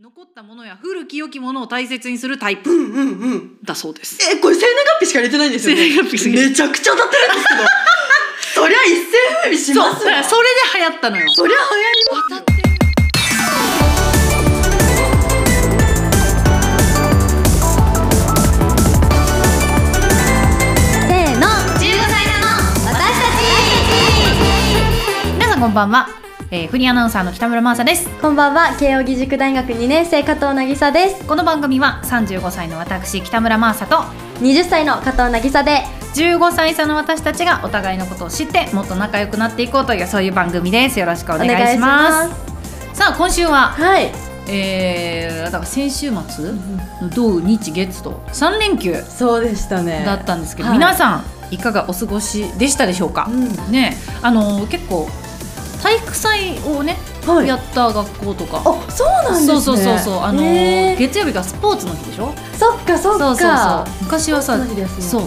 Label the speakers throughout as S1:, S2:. S1: 残ったものや古き良きものを大切にするタイ
S2: う
S1: プ
S2: んうんうん。
S1: だそうです。
S2: え、これ生年月日しか入れてないんですよ、ね。
S1: 生年月日しか入れ
S2: めちゃくちゃ当たってるんですけど。そりゃ一世風靡
S1: そ
S2: し
S1: う、
S2: ま
S1: だ
S2: す
S1: から
S2: わ。
S1: それで流行ったのよ。
S2: そりゃ流行りますよ。
S3: せーの15歳なの私
S4: 皆さんこんばんは、えーフリーアナウンサーの北村真麻です
S3: たちこんばんは慶應義塾大学2年生加藤なぎさです
S4: この番組は35歳の私北村真麻と
S3: 20歳の加藤なぎさで
S4: 15歳差の私たちがお互いのことを知ってもっと仲良くなっていこうというそういう番組ですよろしくお
S3: お
S4: 願いします
S3: 願いし
S4: さあ今週
S3: ま
S4: は
S3: すはい
S4: えー、だから先週末土日月と3連休
S2: そうでしたね
S4: だったんですけど、
S3: はい
S4: 皆さんいかがお過ごしでしたでしょうか、
S2: う
S4: ねあの結構体育祭をね、
S2: ん。はい。
S4: や
S2: あ、
S4: った学校とか
S2: そうなんですね。
S4: そうそうそうそうあのー、
S3: へー
S4: 月曜日がスポーツの日でしょ
S3: そっかそ
S4: そう
S3: っか
S4: そうそう昔はさ
S2: そうなんですね
S4: そう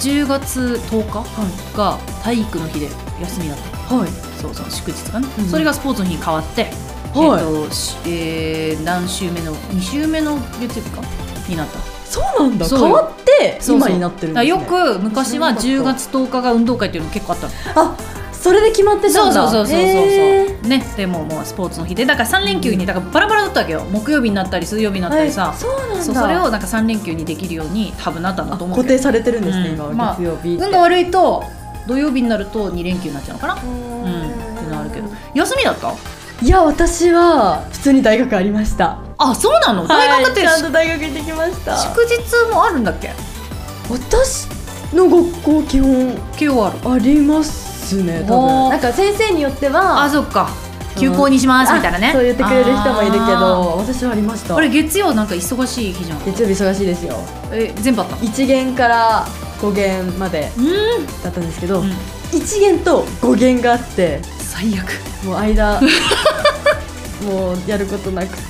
S4: 10月10日が体育の日で休みだった
S2: はい。
S4: そうそう祝日かな、
S2: うん
S4: それがスポーツの日に変わって、
S2: は
S4: え
S2: い
S4: ーとしえー何週目の2週目の月曜日かになった
S2: そうなんだ。
S4: そ
S2: 変
S4: うよ
S2: わって
S4: そうそ
S2: 今
S4: う
S2: になってるん
S4: だから
S2: ですね。
S4: よく昔は10月10日が運動会っていうの結構あったの
S2: あ、それで決まってた
S4: そうんそう
S2: だ。
S4: そうそうそうそう、
S2: へー
S4: ねでももうスポーツの日でだから3連休にだからバラバラだったわけよ木曜日になったり水曜日になった
S2: は
S4: り
S2: い。
S4: さ、
S2: そうなんだ。
S4: そうそれをなんか3連休にできるように多分なったんだ
S2: あ
S4: と思う
S2: 固
S4: け
S2: 定
S4: ど
S2: されてるんですね、
S4: うん
S2: 今
S4: まあ
S2: は月曜日って。
S4: 運が悪いと土曜日になると2連休になっちゃうのかな
S3: う
S4: うんんっていうのはあるけど休みだった
S2: いや私は普通に大学ありました。
S4: あそうなの大学って、
S2: はい、ちゃんと大学行ってきました。
S4: 祝日もあるんだっけ
S2: 私の学校基本
S4: ?QOR
S2: あります
S4: お
S2: ね多
S4: ー
S2: 分。
S3: なんか先生によっては
S4: あそっか休校にしますみたいなね、
S2: あそう言ってくれる人もいるけど
S4: あ
S2: 私はありまし
S4: ー
S2: た。
S4: あれ月曜なんか忙しい日じゃん
S2: 月曜日忙しいですよ。
S4: え全部あったの
S2: 一限から五限まで
S4: うん
S2: だったんですけど、
S4: うん
S2: 一限と五限があって
S4: 最悪
S2: もう間 もうやることなくて。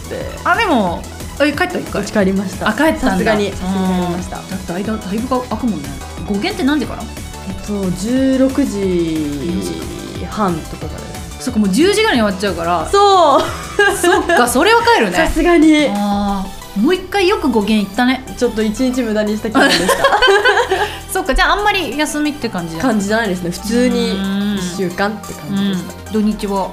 S4: あでもえ帰った一回
S2: 持ち帰りました。
S4: あ帰ったんだ
S2: さすがに。
S4: うん
S2: さすがに帰りました。
S4: だって間だいぶ空くもんね語源って何時から
S2: そう16時半とかからです
S4: そっかもう10時ぐらいに終わっちゃうから
S2: そう
S4: そっかそれは帰る
S2: さ
S4: ね
S2: すがに
S4: あーもう一回よく語源行ったね
S2: ちょっと一日無駄にした気分でした
S4: そっかじゃああんまり休みって感じじゃない
S2: 感じじゃないですね普通に
S4: うん
S2: 1週間って感じでした、
S4: うん土日は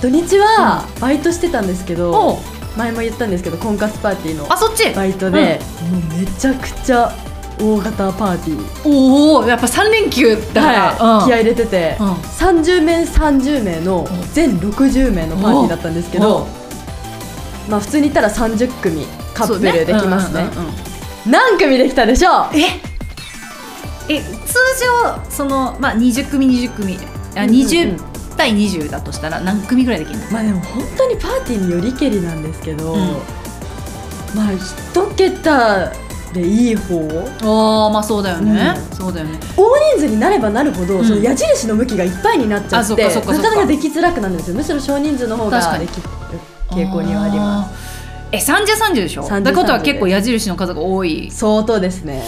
S2: 土日はバイトしてたんですけど、
S4: おう
S2: 前も言ったんですけど婚活パーティーの
S4: あそっち
S2: バイトで、もうめちゃくちゃ大型パーティー
S4: おおやっぱ三連休だから、
S2: はい、気合
S4: い
S2: い入れてて、
S4: うん
S2: 30名30名の
S4: うん
S2: 全60名のパーティーだったんですけ
S4: おう
S2: どまあ普通にいたら30組カップルできますね
S4: そううんうんうん
S2: 何組できたでしょう
S4: ええ通常そのまあ20組20組あ
S2: うんうん
S4: 20対20だとしたら何組ぐらいできるの
S2: まあでも本当にパーティーによりけりなんですけど、
S4: うん
S2: まあ一桁でいい方
S4: ああまあそうだよね、
S2: う
S4: そうだよね
S2: 大人数になればなるほど、
S4: うん
S2: その矢印の向きがいっぱいになっちゃ
S4: あそ
S2: っ
S4: っか
S2: て
S4: そっかそっ
S2: な
S4: か
S2: かなかできづらくなるんですよむしろ少人数の方
S4: 確か
S2: が
S4: に
S2: できる傾向にはあります
S4: すえ三十三十でしょ
S2: 30
S4: ってことは結構矢印の数が多い
S2: 相当ですね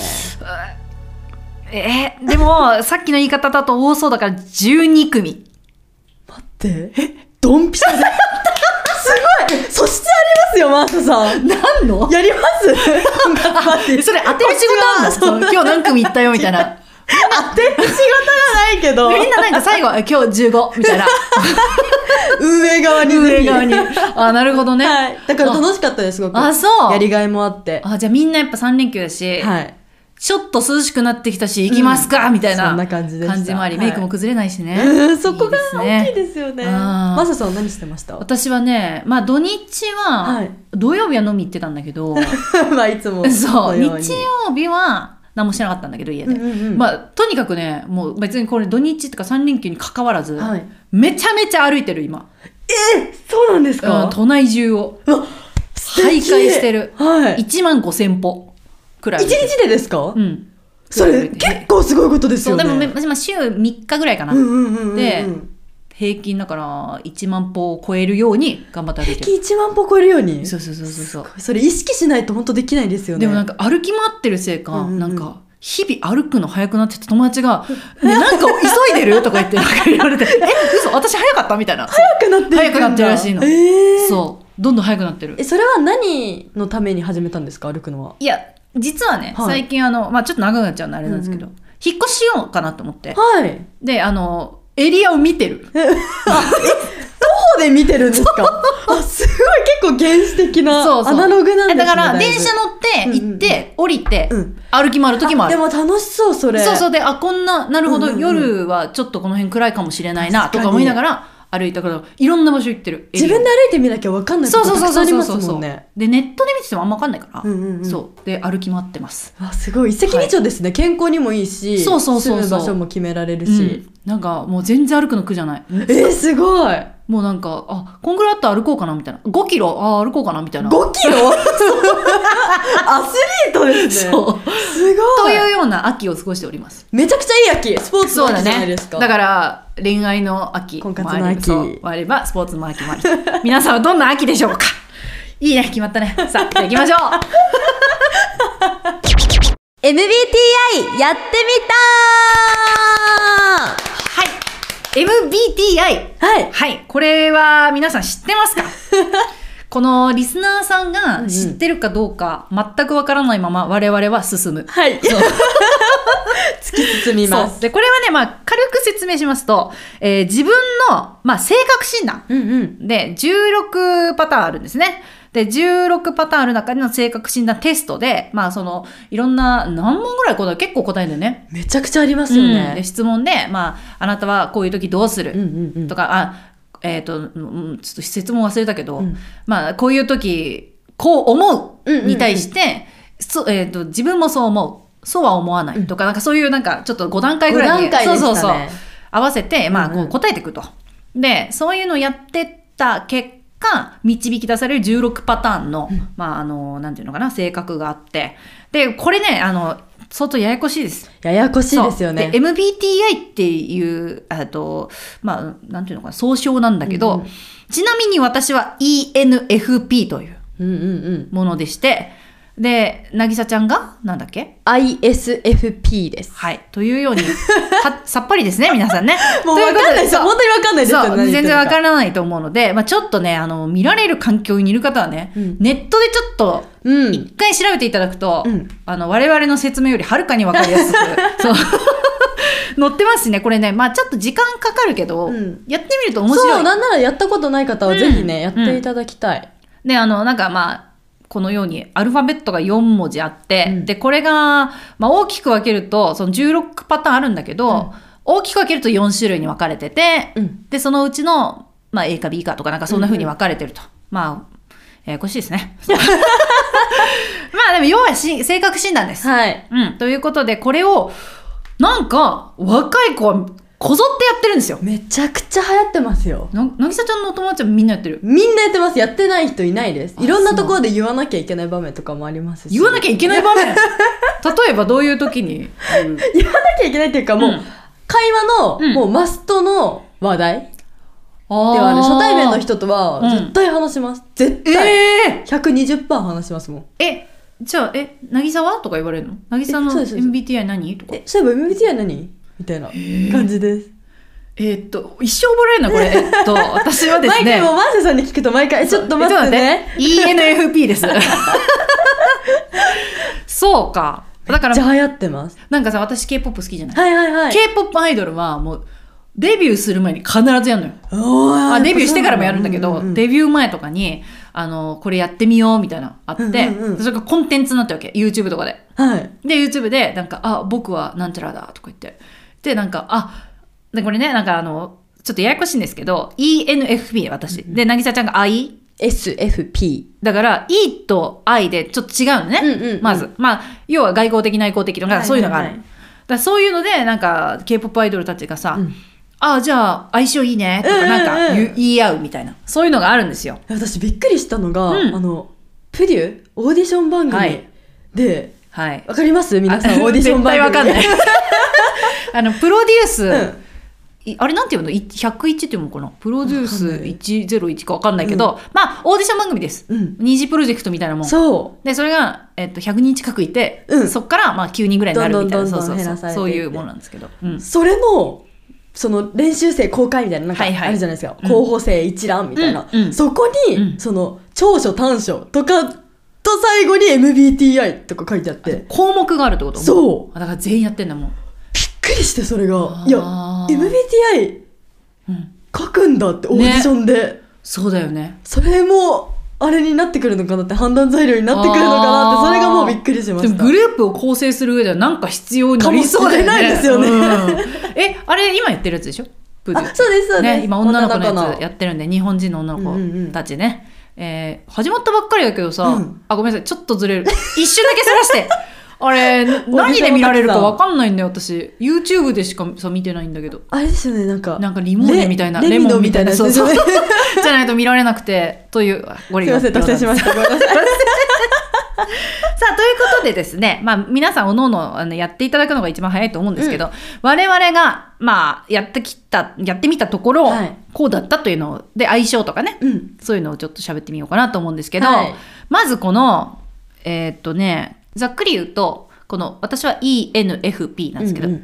S4: えーでも さっきの言い方だと多そうだから12組
S2: 待ってえドンピシャだ すごい素質ありますよマーサさん
S4: なんの
S2: やります 婚活パーティー
S4: それ当てる仕事あんの
S2: こっ
S4: その
S2: ちは
S4: 今日何組行ったよみたいな
S2: 当てる仕事じゃないけど
S4: みんななんか最後え今日15みたい な
S2: 運営側にぜ
S4: 運営
S2: ひ
S4: 側にあなるほどね、
S2: はい。だから楽しかったです、すごく。
S4: あそう
S2: やりがいもあって。
S4: あじゃあみんなやっぱ3連休だし、
S2: はい。
S4: ちょっと涼しくなってきたし行きますか、みたいな
S2: そんな感じでした
S4: 感じもあり、
S2: はい
S4: メイクも崩れないしね、
S2: うんそこが
S4: いいですね
S2: 大きいですよね。
S4: うん
S2: マサさんは何してました
S4: 私はね、まあ土日は、
S2: はい
S4: 土曜日は飲み行ってたんだけ ど、
S2: まあ、いつも。
S4: そう、
S2: のよに
S4: 日曜日は何もしなかったんだけど家で。
S2: うんうんうん
S4: まあとにかくね、もう別にこれ土日とか3連休に関わらず、
S2: はい
S4: めちゃめちゃ歩いてる今、
S2: え、そうなんです
S4: うん
S2: か
S4: 都内中を。
S2: 素敵
S4: 徘徊してる
S2: はい。
S4: 1万5千歩くらい
S2: 一
S4: 歩いてる。
S2: 日でですか
S4: うん。
S2: それ、結構すごいことです
S4: そう、
S2: よね。
S4: でもめ私まあ週3日ぐらいかな。
S2: うんうんうんうんうん
S4: で平均だから1万歩を超えるように頑張って歩い
S2: 平
S4: てる。
S2: 均1万歩超えるように。
S4: そうそうそうそうそう。
S2: それ意識しないと本当できないですよね。
S4: でもなん
S2: か、
S4: か歩き回ってるせいか、
S2: うんうんうん
S4: なんか日々歩くの早くなってて友達が「ね、なんか急いでる?」とか言ってなんか言われて「え嘘私早かった?」みたいな
S2: 早くなっていくんだ
S4: 早くなってるらしいの
S2: えー
S4: そう
S1: どんどん速くなってる
S2: えそれは何のために始めたんですか歩くのはい
S4: や実はね、
S2: はい
S4: 最近あの、まあ、ちょっと長くなっちゃうのあれなんですけど、
S2: うん
S4: 引っ越ししようかなと思って
S2: はい
S4: であのエリアを見てる
S2: 徒歩で見てるんですかあすごい結構原始的な
S4: そうそう
S2: アナログなんです
S4: え
S2: ね
S4: だから
S2: だいぶ
S4: 電車乗って行って、降りて、
S2: うん
S4: 歩き回る時もある
S2: でも楽しそうそれ
S4: そうそうであこんななるほど、
S2: うんうんうん
S4: 夜はちょっとこの辺暗いかもしれないな
S2: 確か
S4: と
S2: に
S4: か思いながら歩いたからいろんな場所行ってる
S2: 自分で歩いてみなきゃ分かんないこ
S4: そう
S2: と
S4: そう
S2: た
S4: そう
S2: くさん
S4: そう
S2: あり
S4: そ
S2: ま
S4: う
S2: すもんね
S4: でネットで見ててもあんま分かんないから、
S2: うんうんうん
S4: そうで歩き回ってます、
S2: わすごい一石二鳥ですね、健康にもいいし
S4: そうそうそうそう
S2: 住む場所も決められる
S4: う
S2: し、
S4: ん、なんかもう全然歩くの苦じゃない
S2: えー、すごい
S4: もうなんかあこんぐらいあったら歩こうかなみたいな5キロあー歩こうかなみたいな
S2: 5キロ アスリートですね
S4: そう
S2: すご
S4: と
S2: い
S4: いうような秋を過ごしております
S2: めちゃくちゃいい秋スポーツの
S4: そうだ
S2: 秋じゃない
S4: ね
S2: ですか
S4: だから恋愛の秋
S2: 婚活の
S4: もあれば
S2: 秋
S4: そうもあればスポーツの秋もあり皆さんはどんな秋でしょうか いいね決まったねさあじゃあ行きましょう
S3: MBTI やってみた
S4: はい MBTI
S2: はい
S4: はいこれは皆さん知って ますかこのリスナーさんが知ってるかどうか全くわからないまま我々は進む
S2: はい 突き進みま
S4: そう
S2: す
S4: でこれはね、まあ、軽く説明しますと、えー自分の、まあ、性格診断
S2: うんうん
S4: で16パターンあるんですね。で16パターンある中での性格診断テストでまあそのいろんな何問ぐらい答え結構答えるんだよね。
S2: めちゃくちゃありますよ
S4: うんで
S2: ね、
S4: 質問で、まあ「あなたはこういう時どうする?」
S2: うん、うんうん
S4: とか、あ、えっ、と、うんちょっと質問忘れたけど、
S2: うん
S4: まあ、こういう時、こう思
S2: うんうんう
S4: うんに対して、そうえっ、と、自分もそう思う、そうは思わないとか、なんかそういうなんか、ちょっと5段階ぐらい
S2: 5段階でしたね
S4: そうそうそう。合わせて、まあ、
S2: うんう
S4: こ
S2: ん
S4: う答えていくと。で、そういうのをやってった結果、導き出される16パターンの、まあ、あの、なんていうのかな、性格があって。で、これね、あの、相当ややこしいです。
S2: ややこしいです
S4: そ
S2: よ
S4: う
S2: ね
S4: で MBTI っていう、あと、まあ、なんていうのかな、総称なんだけど、
S2: うんう
S4: ちなみに私は ENFP という
S2: うんうんうん
S4: ものでして、で、なぎさちゃんが、なんだっけ
S2: ISFP です
S4: はい。という ように、ささっぱりですね、皆さんね。
S2: もう分かんないです
S4: そう
S2: 本当に分かんないですよ
S4: そう全然わかららないと思うので、まあ、ちょっとねあの見られる環境にいる方はね、
S2: うん
S4: ネットでちょっと
S2: うん
S4: 一回調べていただくと、
S2: うん
S4: あの我々の説明よりはるかにわかりや すくそう 載ってますねこれねまあちょっと時間かかるけど、
S2: うん
S4: やってみると面
S2: そう
S4: 白い
S2: なんならやったことない方はぜひね、やっていただきたい、
S4: であのなんかまあこのようにアルファベットが4文字あって、
S2: うん
S4: でこれが、まあ、大きく分けるとその16パターンあるんだけど、大きく分けると4種類に分かれてて、
S2: うん
S4: でそのうちの、まあ、A か B かとかなんかそんな風に分かれてると、まあややこしいですね まあでも要はし性格診断です、
S2: はい
S4: うん、ということでこれをなんか若い子はこぞってやってるんですよ
S2: めちゃくちゃ流行ってますよ
S4: な渚ちゃんのお友達はみんなやってる
S2: みんなやってますやってない人いないです
S4: あ
S2: いろんなところで言わなきゃいけない場面とかもありますし
S4: 言わなき
S2: ゃ
S4: ゃいけない 場面例えばどういう時に言う
S2: 言わなきゃいけないっていうかもう、
S4: うん
S2: 会話の、
S4: うん
S2: もうマストの話題
S4: あ
S2: ではある
S4: ー
S2: 初対面の人とは
S4: うん
S2: 絶対話します、絶対、
S4: え
S2: 120%話しますもん
S4: ー、えじゃあえ渚はとか言われるの渚の
S2: えそうですそうです
S4: MBTI 何とか
S2: えそういえば MBTI 何みたいな感じです、
S4: えーっと一生覚えられるなこれえ っと私はです
S2: 毎
S4: ね
S2: 回もうマーシャさんに聞くと毎回えちょっと待ってね
S4: ちょっと待って ENFP です そうかだか
S2: めっち
S4: ら
S2: ゃ流行ってます
S4: なんかさ私 K-POP 好きじゃない、
S2: はいはいはい
S4: K-POP アイドルはもうデビューする前に必ずやるのよま
S2: あ
S4: あ、デビューしてからもやるんだけど、
S2: ビュ
S4: デビュー前とかにあのこれやってみようみたいなのあって、
S2: うんうんうん
S4: それがコンテンツになったわけ YouTube とかで
S2: ー。はい。
S4: で YouTube でなんか「あ僕はなんちゃらだ」とか言ってでなんか「あでこれねなんかあのちょっとややこしいんですけど ENFP 私で渚ちゃんが「I」
S2: SFP。
S4: だから E と I でちょっと違うのね、
S2: うんうんうん
S4: まずまあ要は外交的内向的と
S2: は
S4: か
S2: い
S4: そういうのがある、
S2: はいはい
S4: だからそういうのでなんか k p o p アイドルたちがさ「
S2: うん
S4: ああじゃあ相性いいね」と
S2: うんうん
S4: か
S2: うん
S4: なんか言,、言い合うみたいなそういうのがあるんですよ。
S2: 私びっくりしたのが、
S4: うん
S2: あの、プデュオーディション番組、
S4: はい
S2: で、
S4: はい、
S2: わかります皆さ
S4: あ
S2: ん、オーディション番 組。
S4: 絶対わかん ないあのプロデュース、
S2: うん
S4: いあれなんていうのい101っていうのかなプロデュース
S2: わかんない
S4: 101かわかんないけど、まあオーディション番組です、
S2: うん
S4: 二次プロジェクトみたいなもん
S2: そ
S4: でそれが、えっと、100人近くいて、
S2: うん
S4: そっからまあ9人ぐらいになるみたいな
S2: どんどんどんど
S4: そうそう
S2: ん減
S4: そ
S2: ら
S4: う
S2: されてい
S4: そ
S2: っ
S4: う
S2: て
S4: いうものなんですけど、うん
S2: う。それの、その練習生公開みたいな、なんか
S4: はいはい
S2: あるじゃないですか。
S4: うん
S2: 候補生一覧みたいな。
S4: うんうん
S2: そこに、
S4: うん
S2: その、長所短所とかと最後に MBTI とか書いてあって
S4: 項目があるってこと
S2: そう
S4: あだから全員やってんだもん。
S2: びっくりしてそれが
S4: あー
S2: いや MBTI
S4: うん
S2: 書くんだってオーディションで、
S4: そうだよね。
S2: それもあれになってくるのかなって判断材料になってくるのかなって
S4: あー
S2: それがもうびっくりしま
S4: で
S2: し
S4: も
S2: た
S4: グループを構成する上ではなんか必要になりそうだよね。
S2: かもしれないですよね
S4: うんえ、あれ今やってるやつでしょプー
S2: あそうですそうです、
S4: ね、今女の子の
S2: 女
S4: やつやってるんで日本人の女の子たちね、えー始まったばっかりだけどさ、
S2: うん
S4: あごめんなさいちょっとずれる一瞬だけずら してあれな何で見られるかわかんないんだよ私 YouTube でしかさ見てないんだけど
S2: あれですよねなんか
S4: なんかリモーネみたいな
S2: レレミノみたいなやつ
S4: そう
S2: です
S4: そ
S2: よ
S4: う
S2: ねす
S4: じゃないと見られなくてというあご
S2: いません
S4: ご
S2: 達成しましたごめんなさい
S4: さあ、ということでですね、まあ、皆さん、おのおの、あの、やっていただくのが一番早いと思うんですけど、我々が、まあ、やってきた、やってみたところ、
S2: はい
S4: こうだったというので、相性とかね、
S2: うん
S4: そういうのをちょっと喋ってみようかなと思うんですけど、
S2: はい
S4: まずこの、えーっとね、ざっくり言うと、この、私は ENFP なんですけど、
S2: うんうん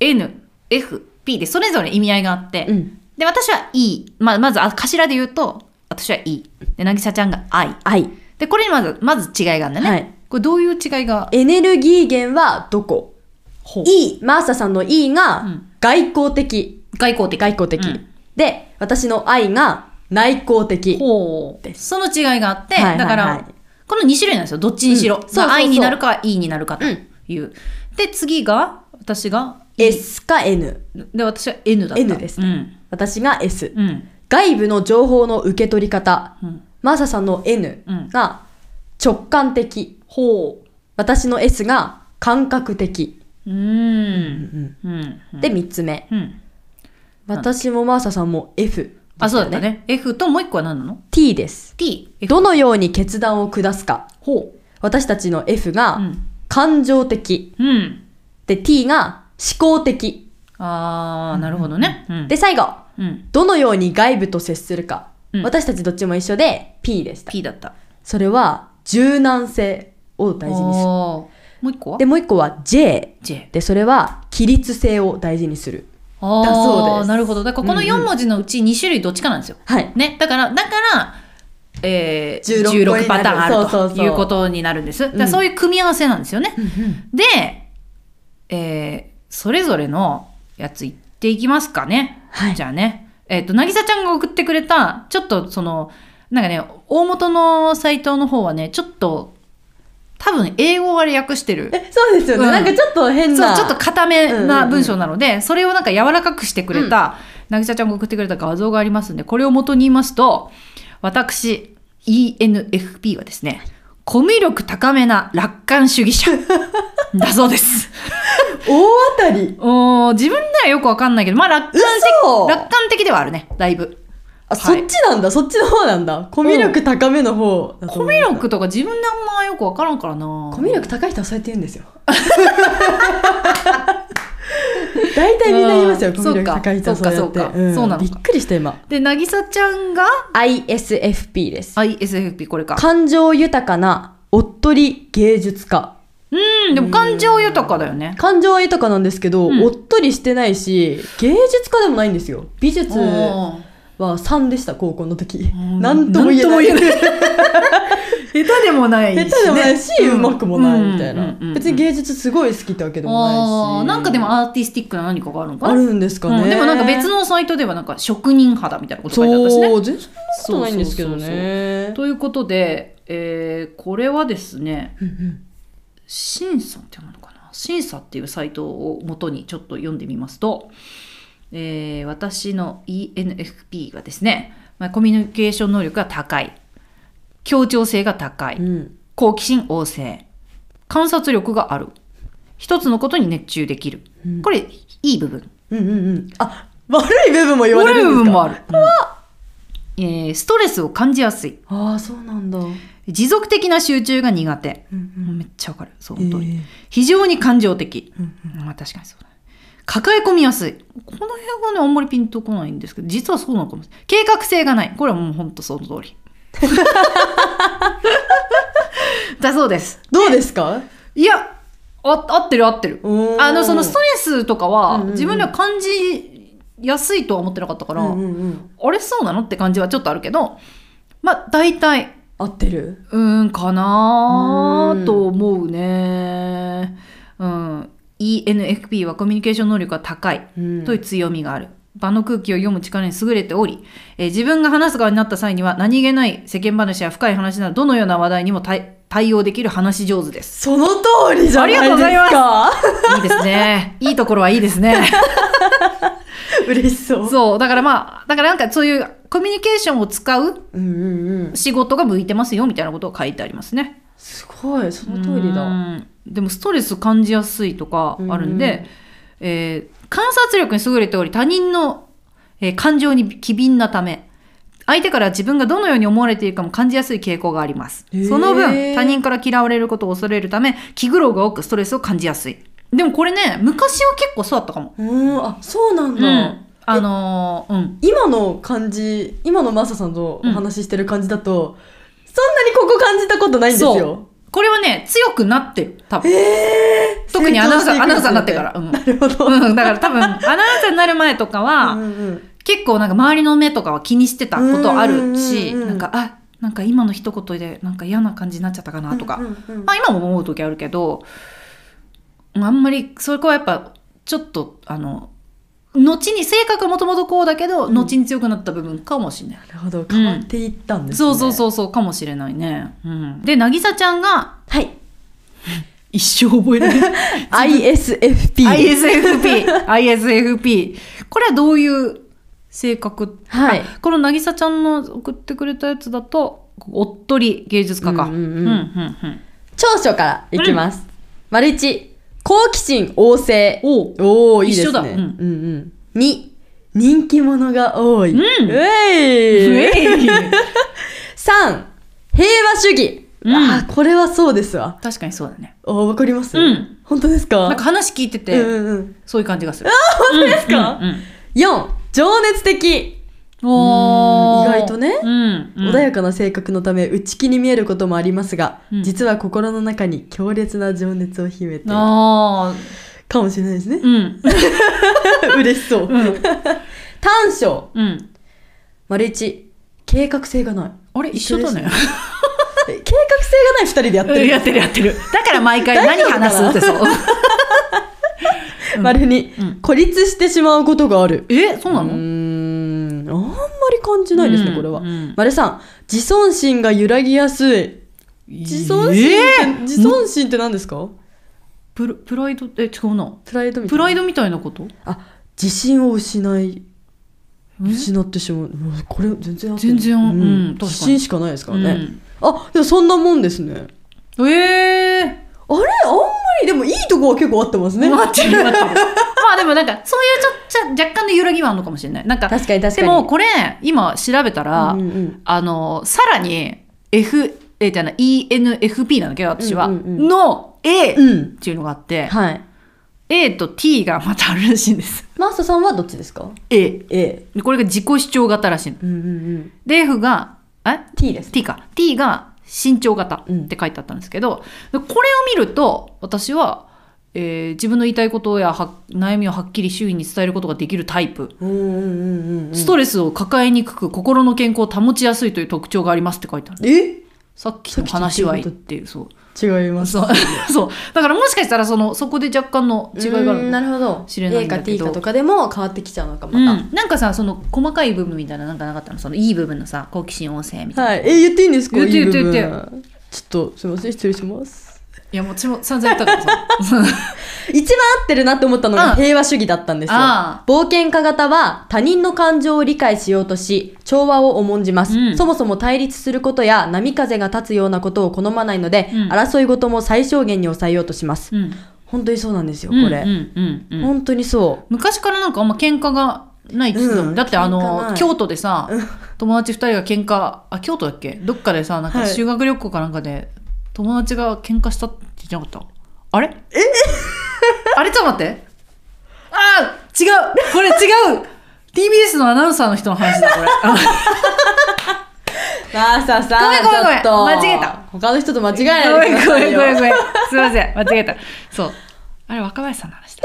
S4: ENFP でそれぞれ意味合いがあって、
S2: うん
S4: で、私は E、まあ、まず、あ頭で言うと、私は E、で、なぎさちゃんが I。
S2: はい
S4: で、これにまず、まず違いがあるんだね。
S2: はい
S4: これどういう違いが
S2: エネルギー源はどこ
S4: ほう
S2: E マーサさんの E が
S4: ん
S2: 外交的、
S4: 外交的
S2: 外交的、
S4: うん
S2: で私の I が内向的
S4: ほう。
S2: です
S4: その違いがあって、
S2: はいはいはい
S4: だから、この2種類なんですよ。どっちにしろ。
S2: うんそうそうそう
S4: まあ I になるか E になるかという。で、次が、私が E
S2: S か N
S4: で、私は N だった。
S2: N です
S4: うん。
S2: 私が S、
S4: うん。
S2: 外部の情報の受け取り方、
S4: うん
S2: マーサさんの N
S4: うん
S2: が直感的、
S4: ほ
S2: 私の S が感覚的、
S4: う。うん。うん。
S2: で3つ目
S4: うん。
S2: 私もマーサさんも F
S4: あ、そうだったね。F ともう一個は何なの
S2: T です
S4: ?T。F
S2: どのように決断を下すか
S4: ほ
S2: 私たちの F
S4: う。
S2: が
S4: うん。
S2: 感情的
S4: うん。
S2: で T が思考的
S4: あー、なるほどね。うん。
S2: で最後
S4: うん。
S2: どのように外部と接するか、
S4: うん
S2: 私たちどっちも一緒で P でした、
S4: P だった。
S2: それは柔軟性を大事にする
S4: おーもう一個は
S2: でもう一個は J
S4: J。
S2: でそれは規律性を大事にする
S4: あ
S2: だ
S4: あ
S2: そうです
S4: なるほど。だからこの
S2: うんう
S4: 4
S2: ん
S4: 文字のうち2種類どっちかなんですよ。
S2: はい
S4: ね。だから、だから、えー、
S2: 16個になる
S4: パターンあると
S2: そうそうそう
S4: いうことになるんです。だからそういう組み合わせなんですよね。で、えー、それぞれのやついっていきますかね。
S2: はい
S4: じゃあね。えっ、と、なぎさちゃんが送ってくれた、ちょっとその、なんかね、大元のサイトの方はね、ちょっと、多分英語割れ訳してる。
S2: えそうですよね、
S4: うん
S2: なんかちょっと変
S4: そ
S2: な
S4: うちょっと固めな文章なので、それをなんか柔らかくしてくれた、なぎさちゃんが送ってくれた画像がありますんでこれを元に言いますと私 ENFP はですねコミュ力高めな楽観主義 者だそうです
S2: 大当たり
S4: おー自分ではよくわかんないけどまあ楽観
S2: 嘘
S4: 楽観的ではあるねだいぶ
S2: あ、
S4: はい
S2: そっちなんだそっちの方なんだコミュ力高めの方だと
S4: コ
S2: 思
S4: ミ
S2: い
S4: ュ
S2: ました
S4: 力とか自分であんまよくわからんからな
S2: コミュ力高い人はそうやって言うんですよ 大体みんな言いますよ
S4: うん
S2: コミュ力高い人はそうや
S4: そ
S2: っ
S4: う
S2: て
S4: かそうかそうなのか
S2: びっくりした今
S4: でなぎさちゃんが
S2: ISFP です
S4: ISFP これか
S2: 感情豊かなおっとり芸術家
S4: うんでも感情豊かだよね
S2: 感情は豊かなんですけど、
S4: うん
S2: おっとりしてないし芸術家でもないんですよ美術は
S4: おー
S2: 3でした高校の時
S4: ん
S2: 何とも言えない
S4: なんとも下手でもないしね、
S2: 下手でもないし、う
S4: うん
S2: まくもないみたいな、
S4: うんうんうんうん
S2: 別に芸術すごい好きってわけでもない
S4: あー
S2: し
S4: なんかでもアーティスティックな何かがあるのかな
S2: あるんですかね、
S4: うんでもなんか別のサイトではなんか職人肌みたいなこと書いてあったしね
S2: そう全然そんなことないんですけどね
S4: ということで、えーこれはですね審査って読むのかな審査っていうサイトを元にちょっと読んでみますと、えー私の ENFP がですね、まあ、コミュニケーション能力が高い協調性が高い、
S2: うん
S4: 好奇心旺盛観察力がある一つのことに熱中できる、これいい部分
S2: うんうんうんあ悪い部分も言われ
S4: 悪い
S2: る
S4: 部分
S2: んですか
S4: もある、うんえーストレスを感じやすい
S2: ああそうなんだ、うん
S4: 持続的な集中が苦手、
S2: うん
S4: めっちゃわかるそう
S2: え
S4: 本当に、
S2: ー
S4: 非常に感情的、
S2: ん
S4: まあ確かにそうだね抱え込みやすいこの辺はねあんまりピンとこないんですけど実はそうなのかもしれない計画性がないこれはもう本当その 通りだそうです
S2: どうですか
S4: いや、あ合ってる合ってる
S2: お。ー
S4: あの、そのストレスとかは、
S2: うんうんうん
S4: 自分では感じやすいとは思ってなかったから、
S2: うんうんうん
S4: あれそうなのって感じはちょっとあるけど、まあ大体
S2: 合ってる
S4: うーんかな
S2: う
S4: ー
S2: ん
S4: と思うねうん、ENFP はコミュニケーション能力が高い
S2: うん
S4: という強みがある、場の空気を読む力に優れており、えー自分が話す側になった際には何気ない世間話や深い話などどのような話題にも対対応できる話し上手です
S2: その通りじゃないで
S4: あり
S2: すか
S4: がとうござい
S2: ま
S4: いいです ねいいところはいいですね
S2: す 嬉しそう
S4: そうだからまあだからなんかそういうコミュニケーションを使う
S2: うんうんうん
S4: 仕事が向いてますよみたいなことを書いてありますね
S2: すごいその通り
S4: う
S2: だ
S4: んでもストレス感じやすいとかあるんで、えー観察力に優れており他人の、えー感情に機敏なため相手から自分がどのように思われているかも感じやすい傾向があります
S2: へー
S4: その分他人から嫌われることを恐れるため気苦労が多くストレスを感じやすいでもこれね昔は結構そうだったかも、
S2: うんあそうなん
S4: う
S2: だ
S4: ん、あのーうん
S2: 今の感じ今のマサさんとお話ししてる感じだとそんなにここ感じたことないんですよ
S4: これはね強くなってる多分
S2: えー
S4: 特にアナウンサー
S2: 成
S4: アナウ
S2: 長
S4: ンサー
S2: し
S4: になってて
S2: いく
S4: から、
S2: に
S4: うん
S2: つれてなるほど
S4: うん、だから多 分アナウンサーになる前とかは、
S2: うんうんうん
S4: 結構なんか周りの目とかは気にしてたことあるし
S2: うんうんうん
S4: なんかあなんか今の一言でなんか嫌な感じになっちゃったかなとか、
S2: うんうんうん
S4: まあ今も思う時あるけどあんまりそこはやっぱちょっとあの後に性格はもともとこうだけど、
S2: うん
S4: 後に強くなった部分かもしれない。
S2: なるほど変わっていったんですね
S4: そうそうそうそうかもしれないね。うん、で渚ちゃんが
S3: はい。
S4: 一生覚えられない
S2: ISFP
S4: ISFP ISFP これはどういう性格
S3: はい。
S4: この渚ちゃんの送ってくれたやつだとおっとり芸術家か。
S2: うんうんうん
S4: うんうん
S2: 長所からいきます。丸一、好奇心旺盛。
S4: おう
S2: おおいいです
S4: 一緒だ
S2: ね。
S4: うん
S2: うんうん。二、人気者が多い。
S4: うん
S2: うえい。
S4: えい
S2: 三、平和主義。
S4: うん
S2: ああ、これはそうですわ。
S4: 確かにそうだね。
S2: ああ、わかります
S4: うん。
S2: 本当ですか
S4: なんか話聞いて
S2: うん
S4: て、
S2: うんうん。
S4: そういう感じがする。あ、本当です
S2: か四、情熱的。
S4: おー
S2: うん意外とね
S4: うん。
S2: 穏やかな性格のため内気に見えることもありますが、
S4: うん
S2: 実は心の中に強烈な情熱を秘めているか
S4: あー
S2: もしれないですね
S4: うん。
S2: 嬉しそう、
S4: うん。
S2: 短所
S4: うん。
S2: 丸一計画性がない
S4: あれ、一緒だね。
S2: え計画性がない二人でやってる
S4: やってるやってる。だから毎回何話すって そう。うん
S2: 丸二、
S4: うん
S2: 孤立してしまうことがある
S4: え、そうな
S2: うー
S4: の
S2: んあんまり感じないですね、
S4: うん
S2: これは、
S4: うん
S2: 丸三自尊心が揺らぎやすい自尊心って、
S4: えー
S2: 自尊心って何ですか
S4: プロプライド、え、違うな。
S2: プライドみ
S4: プ
S2: たいな
S4: ライドみたいなこと
S2: あ自信を失い
S4: え
S2: 失ってしまううわこれ全然合ってる
S4: 全然
S2: う
S4: うん確
S2: ん
S4: かに
S2: 自信しかないですからね、
S4: うん
S2: あでもそんなもんですね
S4: ええ
S2: あれあんまりでもいいとこは結構合ってますね
S4: 待ってる待ってるまあでもなんかそういうちょっと若干の揺らぎはあるのかもしれないなんか
S2: 確かに確かに
S4: でもこれ今調べたら、
S2: うんうん
S4: あのさらに F えじゃない ENFP なんだけど私は、
S2: うんうんうん
S4: の A っ
S2: うん、うん、
S4: ていうのがあって、
S2: はい。
S4: A と T がまたあるらしいんです
S2: マーサさんはどっちですか
S4: A
S2: ?A。
S4: でこれが自己主張型らしいの
S2: うんうんうん。
S4: で F がえ
S2: T です。
S4: T か T が身長型
S2: うん
S4: って書いてあったんですけど、でこれを見ると私は、えー自分の言いたいことやは悩みをはっきり周囲に伝えることができるタイプ、
S2: うんうんうんうん。
S4: ストレスを抱えにくく心の健康を保ちやすいという特徴がありますって書いてある
S2: え
S4: さっきの話はいいっていう そう
S2: 違います。
S4: そうそうだからもしかしたらそのそこで若干の違いがある
S2: うーん
S4: の
S2: なるほど。
S4: 知れない
S2: A
S4: んだ
S2: か
S4: けど
S2: T かとかでも変わってきちゃうのか、ま
S4: うん
S2: た。
S4: なんかさその細かい部分みたいななんかなかったのそのいい部分のさ好奇心旺盛みたいな、い、
S2: はい。え、言っていいんですか
S4: 言って言って
S2: いい部分
S4: 言
S2: ちょっと、すみません、失礼します。
S4: やもう私も散々言ったからさ
S2: 一番合ってるなって思った
S4: う
S2: のが
S4: ん
S2: 平和主義だったんですよ。
S4: あ
S2: 冒険家型は他人の感情を理解しようとし調和を重んじます、
S4: うん
S2: そもそも対立することや波風が立つようなことを好まないので、
S4: うん
S2: 争い事も最小限に抑えようとします、
S4: うん
S2: 本当にそうなんですよこれ、
S4: うんうんうんうん
S2: 本当にそ
S4: 昔からなんかあんま喧嘩がないっつってたもん、
S2: うん
S4: だってあ
S2: 喧嘩な
S4: の
S2: い
S4: 京都でさ友達2人が喧嘩あ京都だっけどっかでさなん
S2: は
S4: か
S2: い
S4: 修学旅行かなんかで友達が喧嘩したって言ってなかったあれえ あれちょっと待ってあー違うこれ違う TBS のアナウンサーの人の話 だこれあ
S2: うさあさあさ
S4: ごめんごめんごめん
S2: ちょっと
S4: 間違えた
S2: 他の人と間違え
S4: ご
S2: ない
S4: めん
S2: でく
S4: ご
S2: ださ
S4: め
S2: い
S4: ん
S2: よ
S4: ごめんごめんすいません間違えたそうあれ若林さんの話だ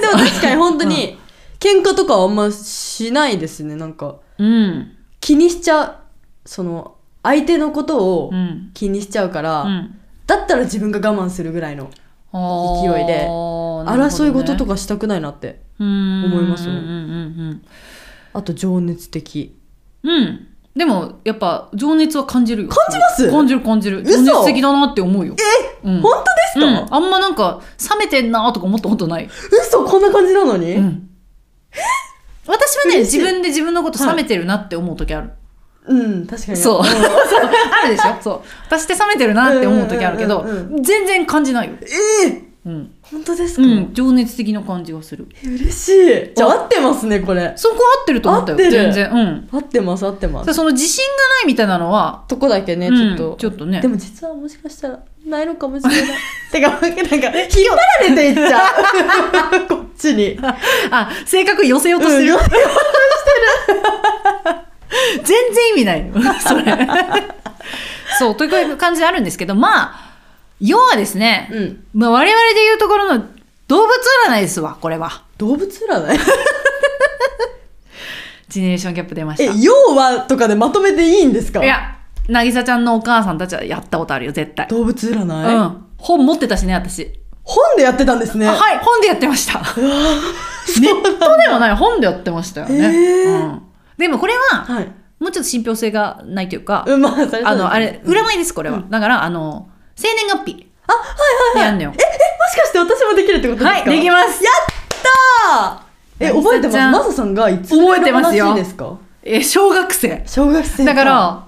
S2: でも確かに本当に喧嘩とかはあんましないですねなんか
S4: うん
S2: 気にしちゃうその相手のことを
S4: うん
S2: 気にしちゃうから、
S4: うん
S2: だったら自分が我慢するぐらいの
S4: あー
S2: 勢いで
S4: なるほどね
S2: 争い事とかしたくないなって
S4: 思
S2: いますよ
S4: うんうん
S2: あと情熱的
S4: うんうん、うん、でもやっぱ情熱は感じるよ
S2: 感じます
S4: 感じる感じる情
S2: 嘘
S4: 熱的だなって思うよえ、うん、
S2: 本当ですか、
S4: うん、あんまなんか冷めてんなとか思ったことない、
S2: 嘘こんな感じなのに、
S4: うん私はね
S2: 嬉しい
S4: 自分で自分のこと冷めてるなって思う時ある、
S2: うん、確か に。
S4: そうあ
S2: ん
S4: るでしょそう私って冷めてるなって思う時あるけど、
S2: うんうんうん
S4: 全然感じないよ、
S2: ええ
S4: うん
S2: 本当ですか、
S4: うん、情熱的な感じがする
S2: え嬉しい。じゃあ合ってますね、これ。
S4: そこ合ってると思ったよ
S2: 合ってる
S4: 全然うん
S2: 合ってます、合ってま
S4: ただ
S2: す。
S4: その自信がないみたいなのは
S2: とこだけね、ち
S4: う
S2: ょ
S4: ん
S2: っと。
S4: ちょっと ね
S2: でも実はもしかしたら、ないのかもしれない。てか、なんか、引っ張られていっちゃ う。こっちに。
S4: あ性格寄せようとしてる、
S2: うん寄
S4: 全然意味ないよ それそうという感じであるんですけどまあ要はですね、
S2: うん。
S4: まあ、我々でいうところの動物占いですわこれは
S2: 動物占い
S4: ジェネレーションギャップ出まし
S2: え、
S4: た
S2: 要はとかでまとめていいんですか
S4: いや渚ちゃんのお母さんたちはやったことあるよ絶対、
S2: 動物占い、
S4: うん本持ってたしね私
S2: 本でやってたんですね。
S4: あはい本でやってました
S2: ネッ
S4: 本でもない本でやってましたよね、
S2: へー
S4: うん、でもこれは
S2: はい。
S4: もうちょっと信憑性がないというか、
S2: うん、まあ、それそうです
S4: あのあれ
S2: うんも
S4: 占いですこれは、だからあの生年月日
S2: あはい
S4: でやんのよ
S2: しかして私もできるってことですか
S4: はいできます
S2: やったーえ、覚えてま
S4: 渚ち
S2: す
S4: ゃん
S2: マサさんがいつぐらいの話ですか
S4: え小学生
S2: 小学生
S4: だから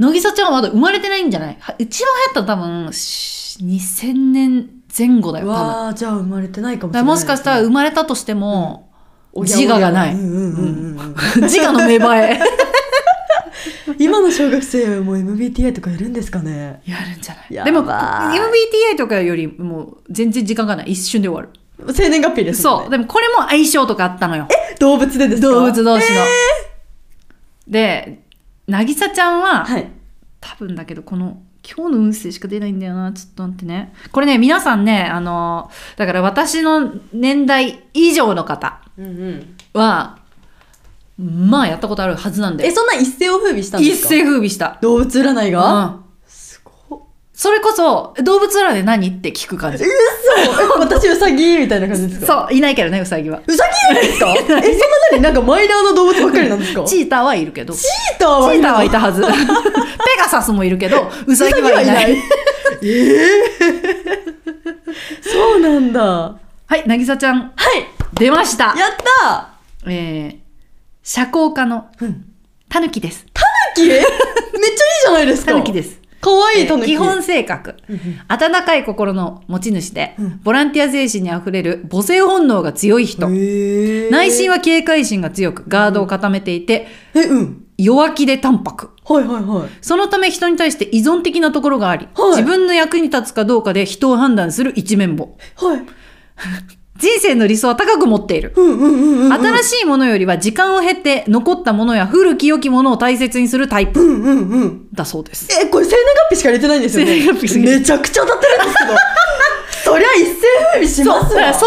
S4: 乃木さちゃんはまだ生まれてないんじゃないは一番流行ったの多分し2000年前後だよ多分だか
S2: わあじゃあ生まれてないかもしれ
S4: ら
S2: ない
S4: もしかしたら生まれたとしても、自我がない
S2: うんうんうんうん
S4: 自我の芽生 え
S2: 今の小学生も MBTI とかいるんですかね
S4: やるんじゃない
S2: やばい
S4: でも MBTI とかよりも全然時間がない一瞬で終わる、
S2: 生年月日ですもん
S4: そう
S2: ね
S4: でもこれも相性とかあったのよ
S2: 動物でですか
S4: 動物同士の、
S2: え
S4: で渚ちゃんは、
S2: ーはい
S4: 多分だけどこの今日の運勢しか出ないんだよなちょっと待ってねこれね皆さんねあのだから私の年代以上の方
S2: うんうん
S4: はまあやったことあるはずなんだ
S2: え
S4: よ
S2: そんな一世を風靡したんで
S4: 一
S2: すか
S4: 世風靡した、
S2: 動物占いうが
S4: ん、
S2: すごっ
S4: それこそ動物占い何って聞く感じ
S2: そう私ウサギみたいな感じですか
S4: そういないけどねウサギは
S2: うウサギいるんです かえそんなになんかマイナーな動物ばっかりなんですか
S4: チーターはいるけどチ
S2: ーター
S4: ーターはい
S2: い
S4: た はずペガサスもいるけどウサギはいない
S2: ウサギはいない ええそうなんだは
S4: はい渚ちゃん
S2: い
S4: 出ました
S2: やった
S4: えー、社交家の
S2: うん
S4: タヌキです
S2: タヌキめっちゃいいじゃないですか。
S4: タヌキです
S2: かわいいタヌキ。
S4: 基本性格
S2: うんうん。
S4: 温かい心の持ち主で、
S2: うん
S4: ボランティア精神にあふれる母性本能が強い人、
S2: へー
S4: 内心は警戒心が強くガードを固めていて、
S2: え、うん。
S4: 弱気で淡白
S2: はいはいはい。
S4: そのため人に対して依存的なところがあり、
S2: はい
S4: 自分の役に立つかどうかで人を判断する一面も
S2: はい。
S4: 人生の理想は高く持っている、
S2: うんうんうんうん。
S4: 新しいものよりは時間を経て残ったものや古き良きものを大切にするタイプ
S2: うんうんうん。
S4: だそうです
S2: え、これ生年月日しか入れてないんですよね。
S4: 生年月日しか入れて
S2: めちゃくちゃ当たってるんですけど。 そりゃ一世風靡
S4: そ
S2: し
S4: う
S2: ます
S4: それ
S2: わ。
S4: で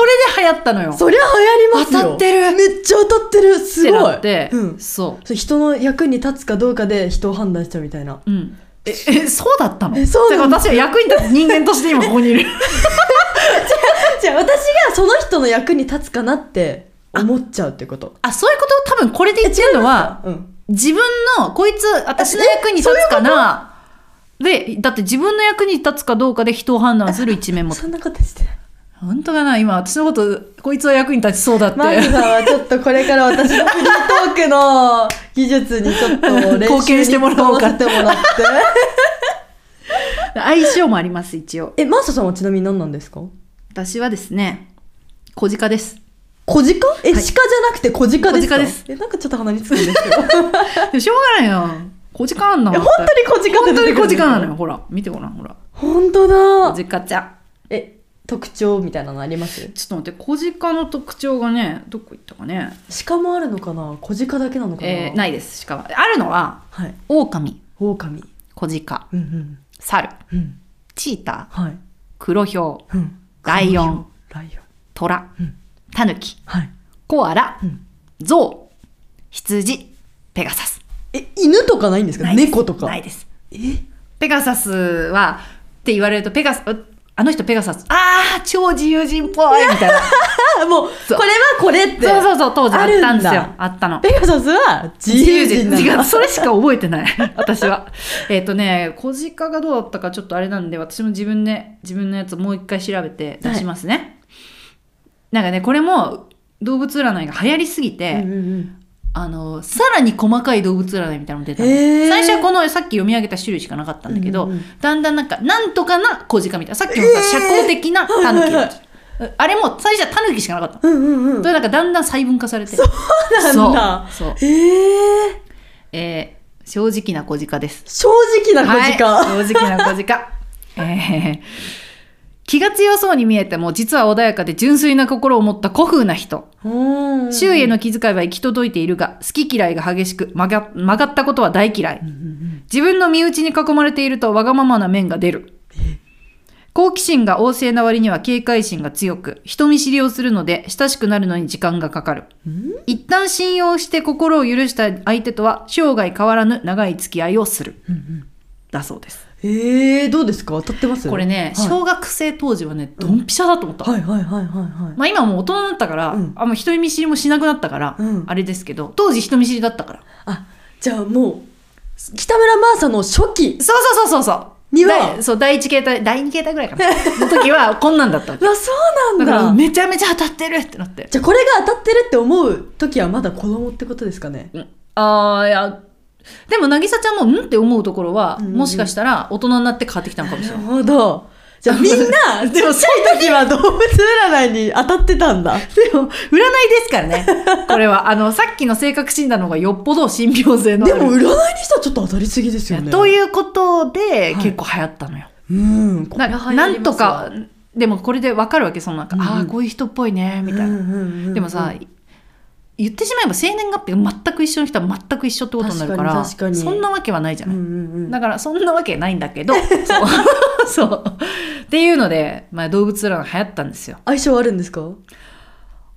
S4: 流行ったのよ
S2: そりゃ流行りますよ。
S4: 当たってる
S2: めっちゃ当たってる。すごい。
S4: ってなって、
S2: うん。
S4: そ
S2: そう人の役に立つかどうかで人を判断しちゃうみたいな。
S4: う、うん、ええそうだったの
S2: えそうなん
S4: だ
S2: だ
S4: から私は役に立つ人間として今ここにいる
S2: じゃあ私がその人の役に立つかなって思っちゃうってこと。
S4: あそういうこと多分これで言ってるのは
S2: うん。
S4: 自分のこいつ私の役に立つかなでだって自分の役に立つかどうかで人を判断する一面も
S2: そんなことしてない。
S4: 本当かな今私のことこいつは役に立ちそうだって、
S2: マリさんはちょっとこれから私のフリートークの技術にちょっと練習に
S4: 貢献してもらおうか
S2: 使わせてもらって。
S4: 相性もあります一応
S2: え、マーサさんはちなみに何なんですか
S4: 私はですね小鹿です
S2: 小鹿え、
S4: はい
S2: 鹿じゃなくて小鹿ですか
S4: 小鹿です。
S2: え、なんかちょっと鼻につくんですけ ど。
S4: でもしょうがないよ小鹿あんな
S2: え、
S4: の
S2: 本当に小鹿
S4: 本
S2: って
S4: 当
S2: 出
S4: に
S2: てく
S4: 小
S2: るんですか
S4: 鹿なのよほら見てごらんほら
S2: 本当だ。
S4: 小鹿ちゃん
S2: え、特徴みたいなのあります
S4: ちょっと待って、小鹿の特徴がね、どこ行ったかね。
S2: 鹿もあるのかな小鹿だけなのかな、
S4: えーないです、鹿は。あるのは、
S2: はい。
S4: 狼、
S2: 狼。
S4: 小鹿、
S2: うんうん。
S4: 猿、
S2: うん。
S4: チーター、
S2: はい。
S4: 黒ヒョウ、
S2: うん。
S4: ライオン、
S2: ライオン。
S4: トラ
S2: うん、
S4: タヌキ、
S2: はい。
S4: コアラ
S2: うん、
S4: ゾウ、羊、ペガサス。
S2: え、犬とかないんですか
S4: ないです
S2: 猫とか。
S4: ないです。ペガサスはって言われるとペガサあの人ペガサスああ超自由人っぽいみたいな
S2: あ もうこれ
S4: そう
S2: はこれっ て
S4: そうそうそう当時あったんです
S2: あ
S4: よ
S2: るんだ
S4: あったの
S2: ペガサスは自由人なんだ
S4: 違うそれしか覚えてない 私はえっ、とね小鹿がどうだったかちょっとあれなんで私も自分で自分のやつもう一回調べて出しますね、なんかねこれも動物占いが流行りすぎて、
S2: うんうんうん
S4: あのさらに細かい動物占いみたいなの出たの、
S2: へー
S4: 最初はこのさっき読み上げた種類しかなかったんだけど、
S2: うんうんうん
S4: だんだんなんかなんとかな小鹿みたいなさっきのさ、社交的なタヌキ、
S2: はいはいは
S4: あれも最初はタヌキしかなかったの、
S2: うんうんうん
S4: それなんかだんだん細分化されてそう
S2: そうなんだ
S4: そう
S2: へえ
S4: えー正直な小鹿です。
S2: 正直な小鹿、
S4: はい、正直な小鹿。 えー気が強そうに見えても実は穏やかで純粋な心を持った古風な人。
S2: うん
S4: 周囲への気遣いは行き届いているが、好き嫌いが激しく曲が曲がったことは大嫌い。自分の身内に囲まれているとわがままな面が出る。好奇心が旺盛な割には警戒心が強く、人見知りをするので親しくなるのに時間がかかる。一旦信用して心を許した相手とは生涯変わらぬ長い付き合いをする。だそうです。
S2: えー、どうですか当たってます
S4: これね、
S2: はい
S4: 小学生当時はね、ドンピシャだと思った。
S2: はいはいはいはいはい
S4: まあ今はもう大人になったから、
S2: うん
S4: あんま人見知りもしなくなったから、
S2: うん
S4: あれですけど、当時人見知りだったから。
S2: あじゃあもう北村マーサの初期
S4: そうそうそうそうそう。
S2: には
S4: 第そう、第一形態、第二形態ぐらいか な。の時はこんなんだったわけ。
S2: うわそうな
S4: だ
S2: ん
S4: か
S2: だ
S4: らめちゃめちゃ当たってるってなって。
S2: じゃあこれが当たってるって思う時はまだ子供ってことですかね
S4: うんああ、いや、でも、なぎさちゃんも、うんって思うところは、
S2: うん
S4: もしかしたら大人になって変わってきたのかもしれ
S2: な
S4: ない
S2: る。ほどじゃ あみんなでも小さい時は動物占いに当たってたんだ
S4: でも、占いですからね。これは、あの、さっきの性格診断の方がよっぽど信憑性のあ
S2: で
S4: る。
S2: も占いにしてはちょっと当たりすぎですよね
S4: と
S2: う
S4: いうことで、
S2: い
S4: 結構流行ったのよ。
S2: うんこ
S4: な
S2: れは
S4: なん
S2: 流行りま
S4: と
S2: すわ
S4: か、でもこれでわかるわけ、そのなんか、
S2: うんうん
S4: ああ、こういう人っぽいね、みたいな。
S2: うんうんうんうん
S4: でもさ、言ってしまえば生年月日が全く一緒の人は全く一緒ってことになるから
S2: 確かに確かに
S4: そんなわけはないじゃ
S2: う
S4: なんい、
S2: うんうん
S4: だからそんなわけないんだ けど そうそうっていうので、まあ、動物らが流行ったんですよ
S2: 相性あるんですか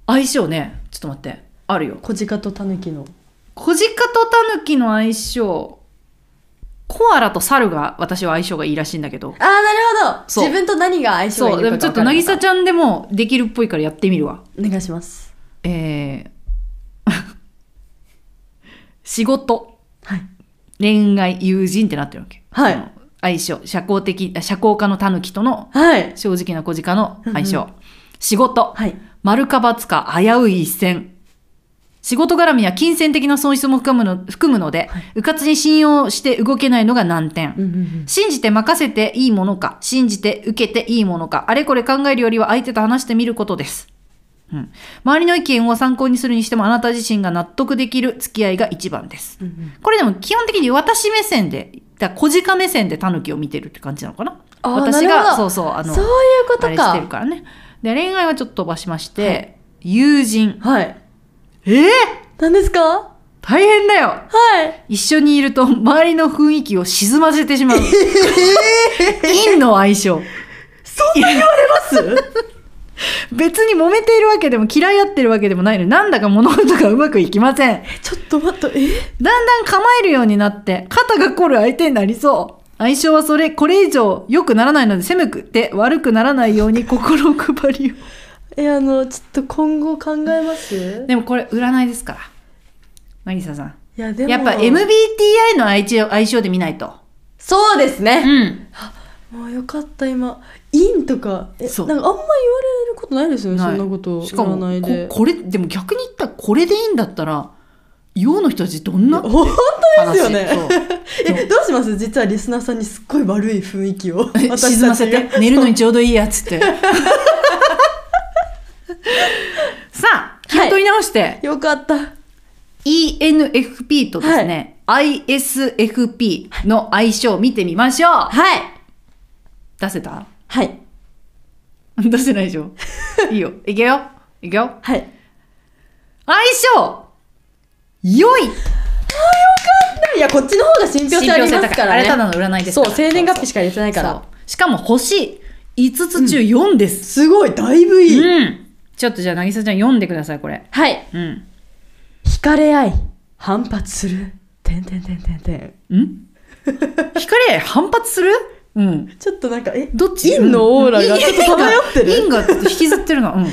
S4: 相性ねちょっと待ってあるよ
S2: 小鹿とタヌキの
S4: 小鹿とタヌキの相性コアラと猿が私は相性がいいらしいんだけど
S2: あーなるほど
S4: そう
S2: 自分と何が相性がいい
S4: そう
S2: の
S4: でも
S2: か
S4: ちょっと
S2: なぎ
S4: 渚
S2: さ
S4: ちゃんでもできるっぽいからやってみるわ
S2: お願いします
S4: えー、 仕事、
S2: はい
S4: 恋愛友人ってなってるわけ、
S2: はい
S4: その相性社交的あ社交家のタヌキとの
S2: はい
S4: 正直な小鹿の相性、
S2: う
S4: 仕事、
S2: はい
S4: 丸か×か危うい一線仕事絡みや金銭的な損失も含むの含むので、うかつに信用して動けないのが難点、
S2: うんうんうん
S4: 信じて任せていいものか、信じて受けていいものか、あれこれ考えるよりは相手と話してみることです。うん、周りの意見を参考にするにしてもあなた自身が納得できる付き合いが一番です。これでも基本的に私目線で、だから小鹿目線でタヌキを見てるって感じなのかな
S2: あー
S4: 私
S2: なる
S4: が
S2: ほ
S4: そ
S2: ど
S4: うそうあの
S2: そういうこ
S4: あ
S2: と
S4: れして
S2: か
S4: るからね。で恋愛はちょっと飛ばしまして、友人。
S2: はい
S4: ええ
S2: 何ですかは
S4: 大変だよ
S2: い
S4: 一緒にいると周りの雰囲気を沈ませてしまう。陰の相性。
S2: そんな言われます
S4: 別に揉めているわけでも嫌い合ってるわけでもないのになんだか物事がうまくいきません。
S2: ちょっと待ってえ
S4: だんだん構えるようになって肩が凝る相手になりそう。相性はそれ、これ以上良くならないので、せめて悪くならないように心配りを。
S2: えあのちょっと今後考えますい
S4: でもこれ占いですから。マギサさん。
S2: やでも
S4: やっぱ MBTI の相性相性で見ないと。
S2: そうですね、
S4: ん。
S2: もうよかった今インとかえ
S4: そう
S2: なんかあんま言われることないですよねそんなこと
S4: しかも
S2: 占いで
S4: ここれ、でも逆に言ったらこれでいいんだったら、世の人たちどんな
S2: 本当ですよね
S4: 話そう
S2: えどうします実はリスナーさんにすっごい悪い雰囲気を 私たちが
S4: 沈ませて寝るのにちょうどいいやつって さあ気を取り直して、
S2: よかった
S4: ENFP とですね、ISFP の相性を見てみましょう、
S2: はい
S4: 出せた
S2: はい
S4: 出せないでしょいいよいけよいけよ
S2: はい
S4: 相性良い
S2: いやこっちの方が信憑性ありますか
S4: 信憑性
S2: らね
S4: 高いあれただの占いです
S2: そ
S4: か
S2: う
S4: ら
S2: 生年月日しか入れてないか
S4: そう
S2: ら
S4: しかも星5つ中4です、
S2: すごいだいぶいい、
S4: うんちょっとじゃあ渚ちゃん読んでくださいこれ
S2: はい
S4: うん
S2: 惹かれ合い反発するてんてんてんてんてん
S4: ん光反発するうん。
S2: ちょっとなんか、え、
S4: どっち
S2: 陰のオーラがちょっと漂ってる
S4: 陰が陰が引きずってるの。うん。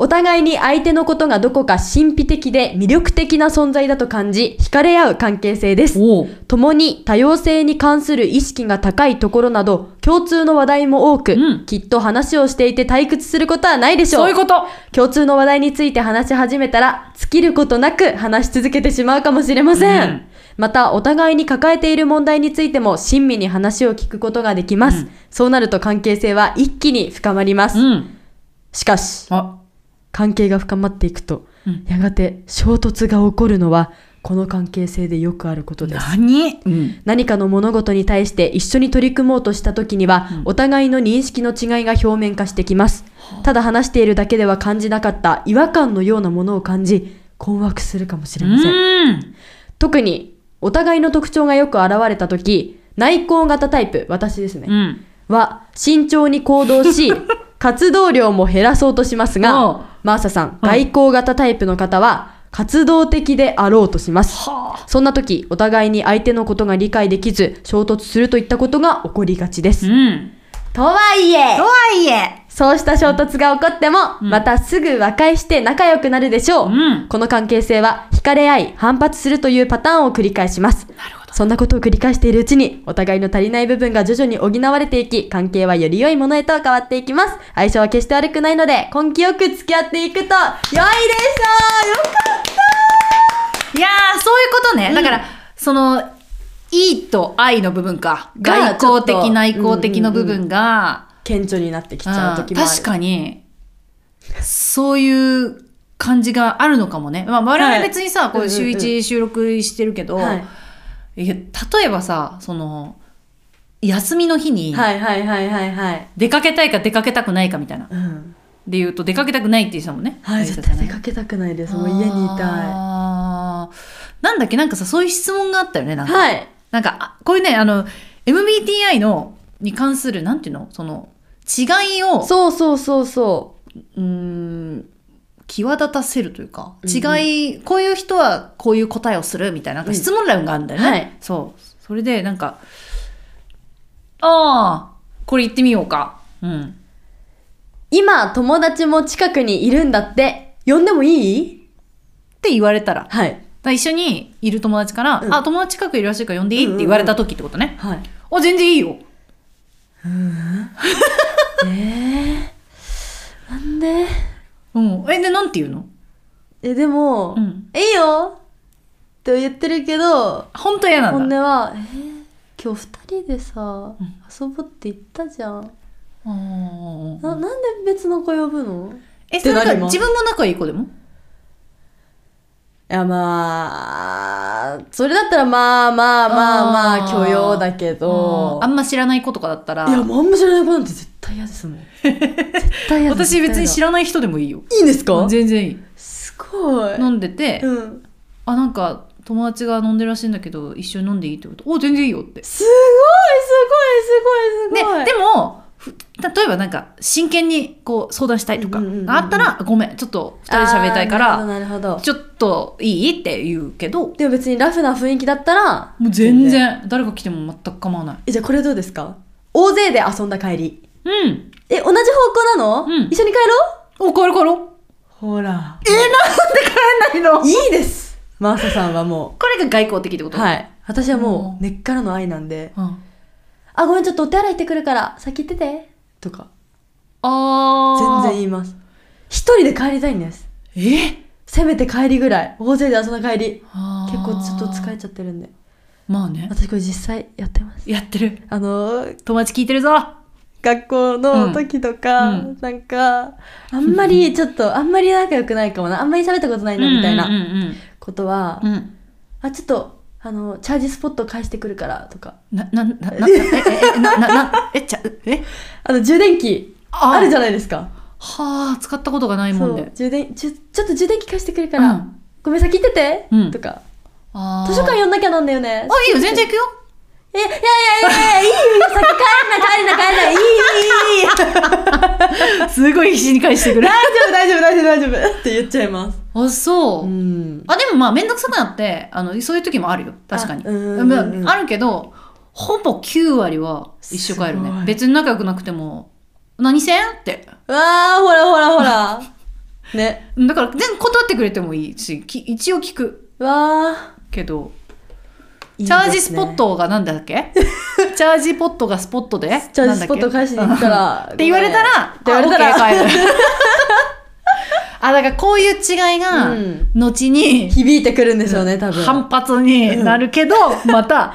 S3: お互いに相手のことがどこか神秘的で魅力的な存在だと感じ、惹かれ合う関係性です。
S4: お う
S3: 共に多様性に関する意識が高いところなど、共通の話題も多く、
S4: うん
S3: きっと話をしていて退屈することはないでしょう。
S4: そういうこと
S3: 共通の話題について話し始めたら、尽きることなく話し続けてしまうかもしれません。
S4: うん
S3: また、お互いに抱えている問題についても、親身に話を聞くことができま
S4: う
S3: す。
S4: ん
S3: そうなると関係性は一気に深まります。
S4: うん。
S3: しかし、
S4: あ、
S3: 関係が深まっていくと、
S4: うん
S3: やがて衝突が起こるのは、この関係性でよくあることです。
S4: 何うん。
S3: 何かの物事に対して一緒に取り組もうとした時には、
S4: うん
S3: お互いの認識の違いが表面化してきます。ただ話しているだけでは感じなかった違和感のようなものを感じ、困惑するかもしれません。
S4: うん。
S3: 特に、お互いの特徴がよく現れた時、内向型タイプ、私ですね、
S4: うん。
S3: は慎重に行 動し、活動量も減らそうとします
S4: おう
S3: が、マーサさん、外交型タイプの方は、活動的であろうとします。
S4: は
S3: そんな時、お互いに相手のことが理解できず、衝突するといったことが起こりがちで
S4: う
S3: す。
S4: ん。
S3: とはいえ
S1: と、はいえ
S3: そうした衝突が起こっても、
S4: うん
S3: またすぐ和解して仲良くなるでしょう。
S4: うん。
S3: この関係性は、惹かれ合い、反発するというパターンを繰り返します。
S4: なるほど。
S3: そんなことを繰り返しているうちに、お互いの足りない部分が徐々に補われていき、関係はより良いものへと変わっていきます。相性は決して悪くないので、根気よく付き合っていくと、良いでしょうよかった
S4: いやー、そういうことね。だから、その、いいと愛の部分か。
S3: が
S4: 外交
S3: ちょっ
S4: 的、
S3: と
S4: 内向的の部分が、
S3: 顕著になってきちゃう時もある。
S4: 確かに、そういう感じがあるのかもね。まあ、我
S2: は
S4: 々
S2: い
S4: 別にさ、こう、週
S3: うんうん
S4: 一収録してるけど、
S3: はい
S4: いや例えばさ、その、休みの日に、
S3: はいはいはいはいはい。
S4: 出かけたいか出かけたくないかみたいな。
S3: うん。
S4: で言うと、出かけたくないって言ってたもんね。
S3: はい、
S4: 挨拶
S3: 絶
S4: ね
S3: 対出かけたくないです。もう家にいたい。
S4: あーなんだっけなんかさそういう質問があったよねなんか,、
S3: はい。
S4: なんかあこういうねあの MBTI のに関するなんていうのその違いを
S3: そうそうそうそう
S4: ーん際立たせるというか
S3: うん
S4: 違
S3: うん
S4: い、こういう人はこういう答えをするみたいななんか質問欄があるんだよね、
S3: うんはい
S4: そうそれでなんかああこれ言ってみようかうん
S3: う。今、友達も近くにいるんだって、呼んでもいい
S4: って言われたらだか
S3: はい。
S4: ら一緒にいる友達から「
S3: うん
S4: あ友達近くいるらしいから呼んでいい?」って言われた時ってことね、
S3: はい。
S4: あ、全然いいよ。
S3: えー、なんで
S4: うん。え、で、なんて言うの
S3: え、でも、
S4: ん。
S3: いいよって言ってるけど
S4: 本当嫌な
S3: 本
S4: ん
S3: 音
S4: だ。
S3: は「えー今日二人でさ、
S4: ん
S3: 遊ぼうって言ったじゃん
S4: あ
S3: な
S4: ー
S3: なんで別の子呼ぶの?」
S4: え、
S2: っ
S4: そ
S2: て
S4: れ
S2: な
S4: か
S2: ります
S4: 自分も仲いい子でも
S3: いやまあそれだったらまあまあまあ
S4: あ
S3: まあ
S4: ー
S3: 許容だけど
S4: あんま知らない子とかだったら
S2: い、や、もうあんま知らない子なんて絶対嫌ですもん。い
S3: 絶対やだ
S4: 私別に知らない人でもいいよ。
S2: いんですか
S4: 全然いい。
S3: すごい
S4: 飲んでて、
S3: うん
S4: あ、なんか友達が飲んでるらしいんだけど、一緒に飲んでいいってことお、全然いいよって。
S3: すごいすごいすごい
S4: です
S3: ごい
S4: でもふ例えばなんか真剣にこう相談したいとか
S3: うんうんうんうん
S4: あったら「ごめんちょっと2人で喋りたいか
S3: あー
S4: ら
S3: なるほどなるほど
S4: ちょっといい?」って言うけど
S3: でも別にラフな雰囲気だったら
S4: もう全然誰が来ても全く構わない。
S3: えじゃあこれどうですか大勢で遊んだ帰り
S4: うん。
S3: え、同じ方向なの、
S4: うん
S3: 一緒に帰ろ
S4: お、帰ろう帰ろう。
S2: ほら。
S4: 帰んないの
S3: ういいですマーサさんはも
S4: これが外交的ってこ
S3: う。
S4: とい。
S3: はい。私はも
S4: うん
S3: う根っからの愛なんで、
S4: うん、
S3: あ、ごめん、ちょっとお手洗い行ってくるから、先行ってて。とか、
S4: あ全
S3: 全然言います。一人で帰りたいんです。
S4: 然いい。え
S3: せめて帰りぐらい。大勢で遊んだ帰り。結構ちょっと疲れ
S4: ちゃ
S3: ちゃってるんで。
S4: う。まあね。
S3: 私これ実際やってます。
S4: やってる。
S3: あのー、
S4: 友達聞いてるぞ。
S3: 学校の時とか、
S4: うんうん
S3: なんか、あんまりちょっと、あんまり仲良くないかもな、あんまり喋ったことないな、みたい
S4: うんう
S3: なんことは
S4: うん、うん。うん
S3: あ、ちょっと、あの、チャージスポット返してくるから、とか。
S4: な、な、な、な、え、え、えな、な、な、え、ちゃ、え
S3: あの、充電器、
S4: あ
S3: あるじ
S4: ゃ
S3: ゃないですか。
S4: はあ、使ったことがないも
S3: そ
S4: ん
S3: う
S4: で。
S3: 充電ちょ、ちょっと充電器貸してくるから、
S4: うん
S3: ごめん、先行ってて、
S4: うん
S3: とか。
S4: あー
S3: 図書館呼んなきゃなんだよね。
S4: あ、いいよ、全然行くよ。
S3: え、いやいやいやいや、いいよ、いいよ先帰んな、帰んな、帰んな、いい、いい、いい。
S4: すごい必死に返して くれ。
S2: 大丈夫、大丈夫、大丈夫、大丈夫。って言っちゃいます。
S4: あ、そうう。
S3: ん。
S4: あ、でもまあ、めんどくさくなって、あの、そういう時もあるよ。確かに。
S3: あうんうんうん
S4: まああるけど、ほぼ9割は一緒帰る
S2: すご
S4: ね
S2: い
S4: 別に仲良くなくても何せんって
S3: わあ、ほらほらほら。ね。
S4: だから全然断ってくれてもいいしき一応聞く
S3: わあ。
S4: けど
S2: いいで
S4: チ
S2: すね
S4: ャージスポッ。トがなんだっ けチャージポットがスポットで
S3: チャージスポット
S4: なんだっ
S3: 返しに行ったら。
S4: けって言われたら
S3: って言われたら
S4: あ OK 帰る あだからこういう違いが
S3: うん
S4: 後に
S3: 響いてくるんでしょうね、多分。
S4: 反発になるけど、また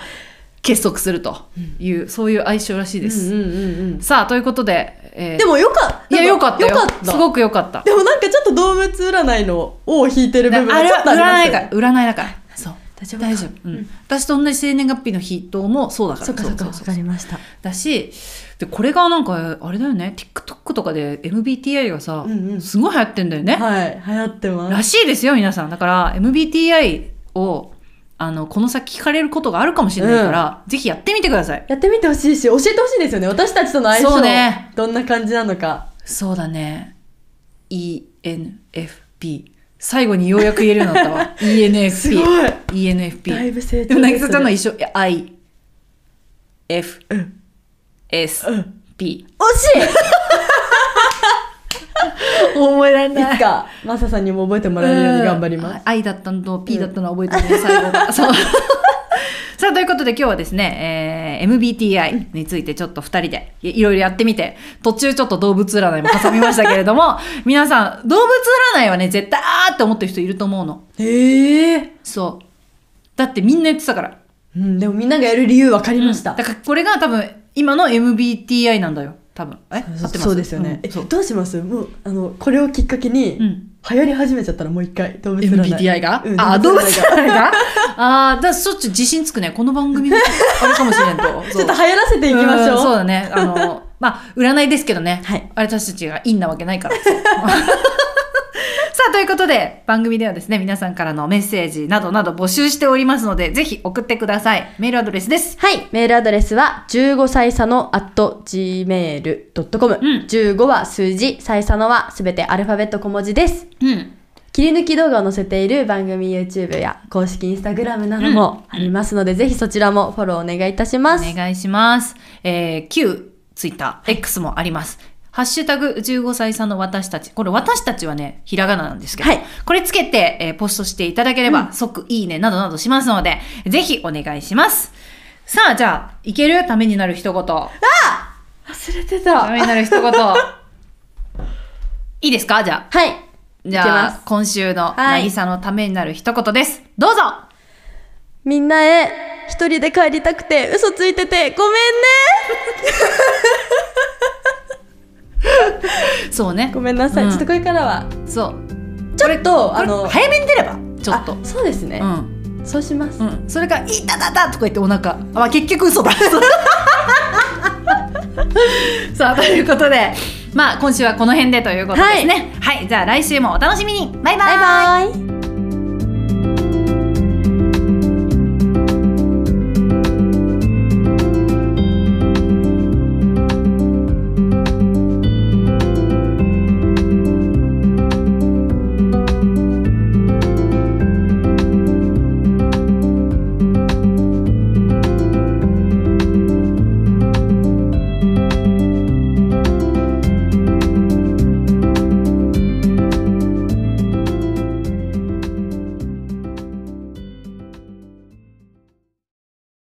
S4: 結束するという、そういう相性らしいです。
S3: うんうんうんうん。
S4: さあということで、えー
S3: でもよかった。
S4: いやよかったよ
S3: よかった。
S4: すごくよかった。
S3: でもなんかちょっと動物占いの尾を引いてる部分
S4: あ
S3: が
S4: れ
S3: ちょ
S4: は
S3: っとあります
S4: 占い
S3: よ
S4: だ
S3: ね
S4: から占いだからそう
S3: 大丈夫か
S4: 大丈夫、うん私と同じ生年月日の人もそうだから
S3: そっかそっか、わ
S4: ううう
S3: かりました。
S4: だしでこれがなんかあれだよね TikTok とかで MBTI がさ、
S3: うんうん
S4: すごい流行ってんだよね、
S3: はい、流行ってます。
S4: らしいですよ皆さんだから MBTI をあのこの先聞かれることがあるかもしれないから、ぜひやってみてください
S3: やってみてほしいし、教えてほしいですよね。私たちとの相
S4: そう
S3: 性、
S4: ね
S3: どんな感じなのか。
S4: そうだね ENFP 最後にようやく言えるようになったわ ENFP
S3: すごい。だい
S4: ENFP
S3: ぶ
S4: で
S3: 成長
S4: も
S3: で
S4: 渚
S3: す
S4: ちゃんの
S3: ね。
S4: 一緒 I F
S3: うん
S4: S
S3: うん
S4: P
S3: 惜しい
S4: 覚えられ
S3: いつか、マサさんにも覚えてもらえるように頑張ります。
S4: す。I だったのと P だったのは覚えてるね、最後が。そう。 さあ、ということで今日はですね、えー MBTI についてちょっと2人でいいろいろやってみて、途中ちょっと動物占いも挟みましたけれども、 皆さん、動物占いはね、絶対あーって思ってる人いると思うの。
S3: ええ
S4: そう。だってみんな言ってたから。
S3: うん、でもみんながやる理由分かりました。
S4: だからこれが多分、今の MBTI なんだよ。多分。え合って
S3: そ
S4: ます
S3: そうですよね、
S4: うんそう
S3: えどうしますもうあのこれをきっかけに、
S4: うん
S3: 流行り始めちゃったらもう一回動物占い
S4: MBTI が、
S3: うん
S4: あ、動
S3: 動
S4: 物
S3: 物
S4: 占いがあー、だからしょっちゅう自信つくね。この番組のあれかもし れんと。
S3: ちょっと流行らせていきましょう
S4: うんそうだね。あの、 まあ、占いですけどね。
S3: はい
S4: あれ私たちがインなわけないから。 さあ、ということで、番組ではですね、皆さんからのメッセージなどなど募集しておりますので、ぜひ送ってください。メールアドレスです。
S3: はいメールアドレスは15歳差の at gmail.com、
S4: うん
S3: 15は数字歳差のはすべてアルファベット小文字です
S4: うん。
S3: 切り抜き動画を載せている番組 YouTube や公式 Instagram などもありますので、ぜひそちらもフォローお願いいたし
S4: お
S3: ます
S4: 願いします。えー、旧ツイッター、X もあります。ハッシュタグ15歳差の私たち。これ私たちはね、ひらがななんですけど、
S3: はい
S4: これつけて、えーポストしていただければ、即いいねなどなどしますので、ぜひお願いします。さあ、じゃあ、いけるためになる一言。
S3: 忘れて
S4: た
S3: た
S4: めになる一言。いいですかじゃあ。
S3: はい
S4: じ
S3: いけ
S4: ゃ
S3: ま
S4: あ
S3: す、
S4: 今週の
S3: はい
S4: 渚のためになる一言です。どうぞ
S3: みんなへ一人で帰りたくて嘘ついててごめんね
S4: そうね
S3: ご。めんなさい、
S4: うん
S3: ちょっとこれからは
S4: そう。
S3: ちょっとあ
S4: あの、
S3: の
S4: 早めに出れば、ちょっと
S3: あ。そうですね、
S4: うん。
S3: そうします、
S4: うん、それから「いたたた」とか言ってお腹あまあ結局 嘘ださあということでまあ今週はこの辺でということですねはい、じゃあ来週もお楽しみにバイバイ
S3: バイバイ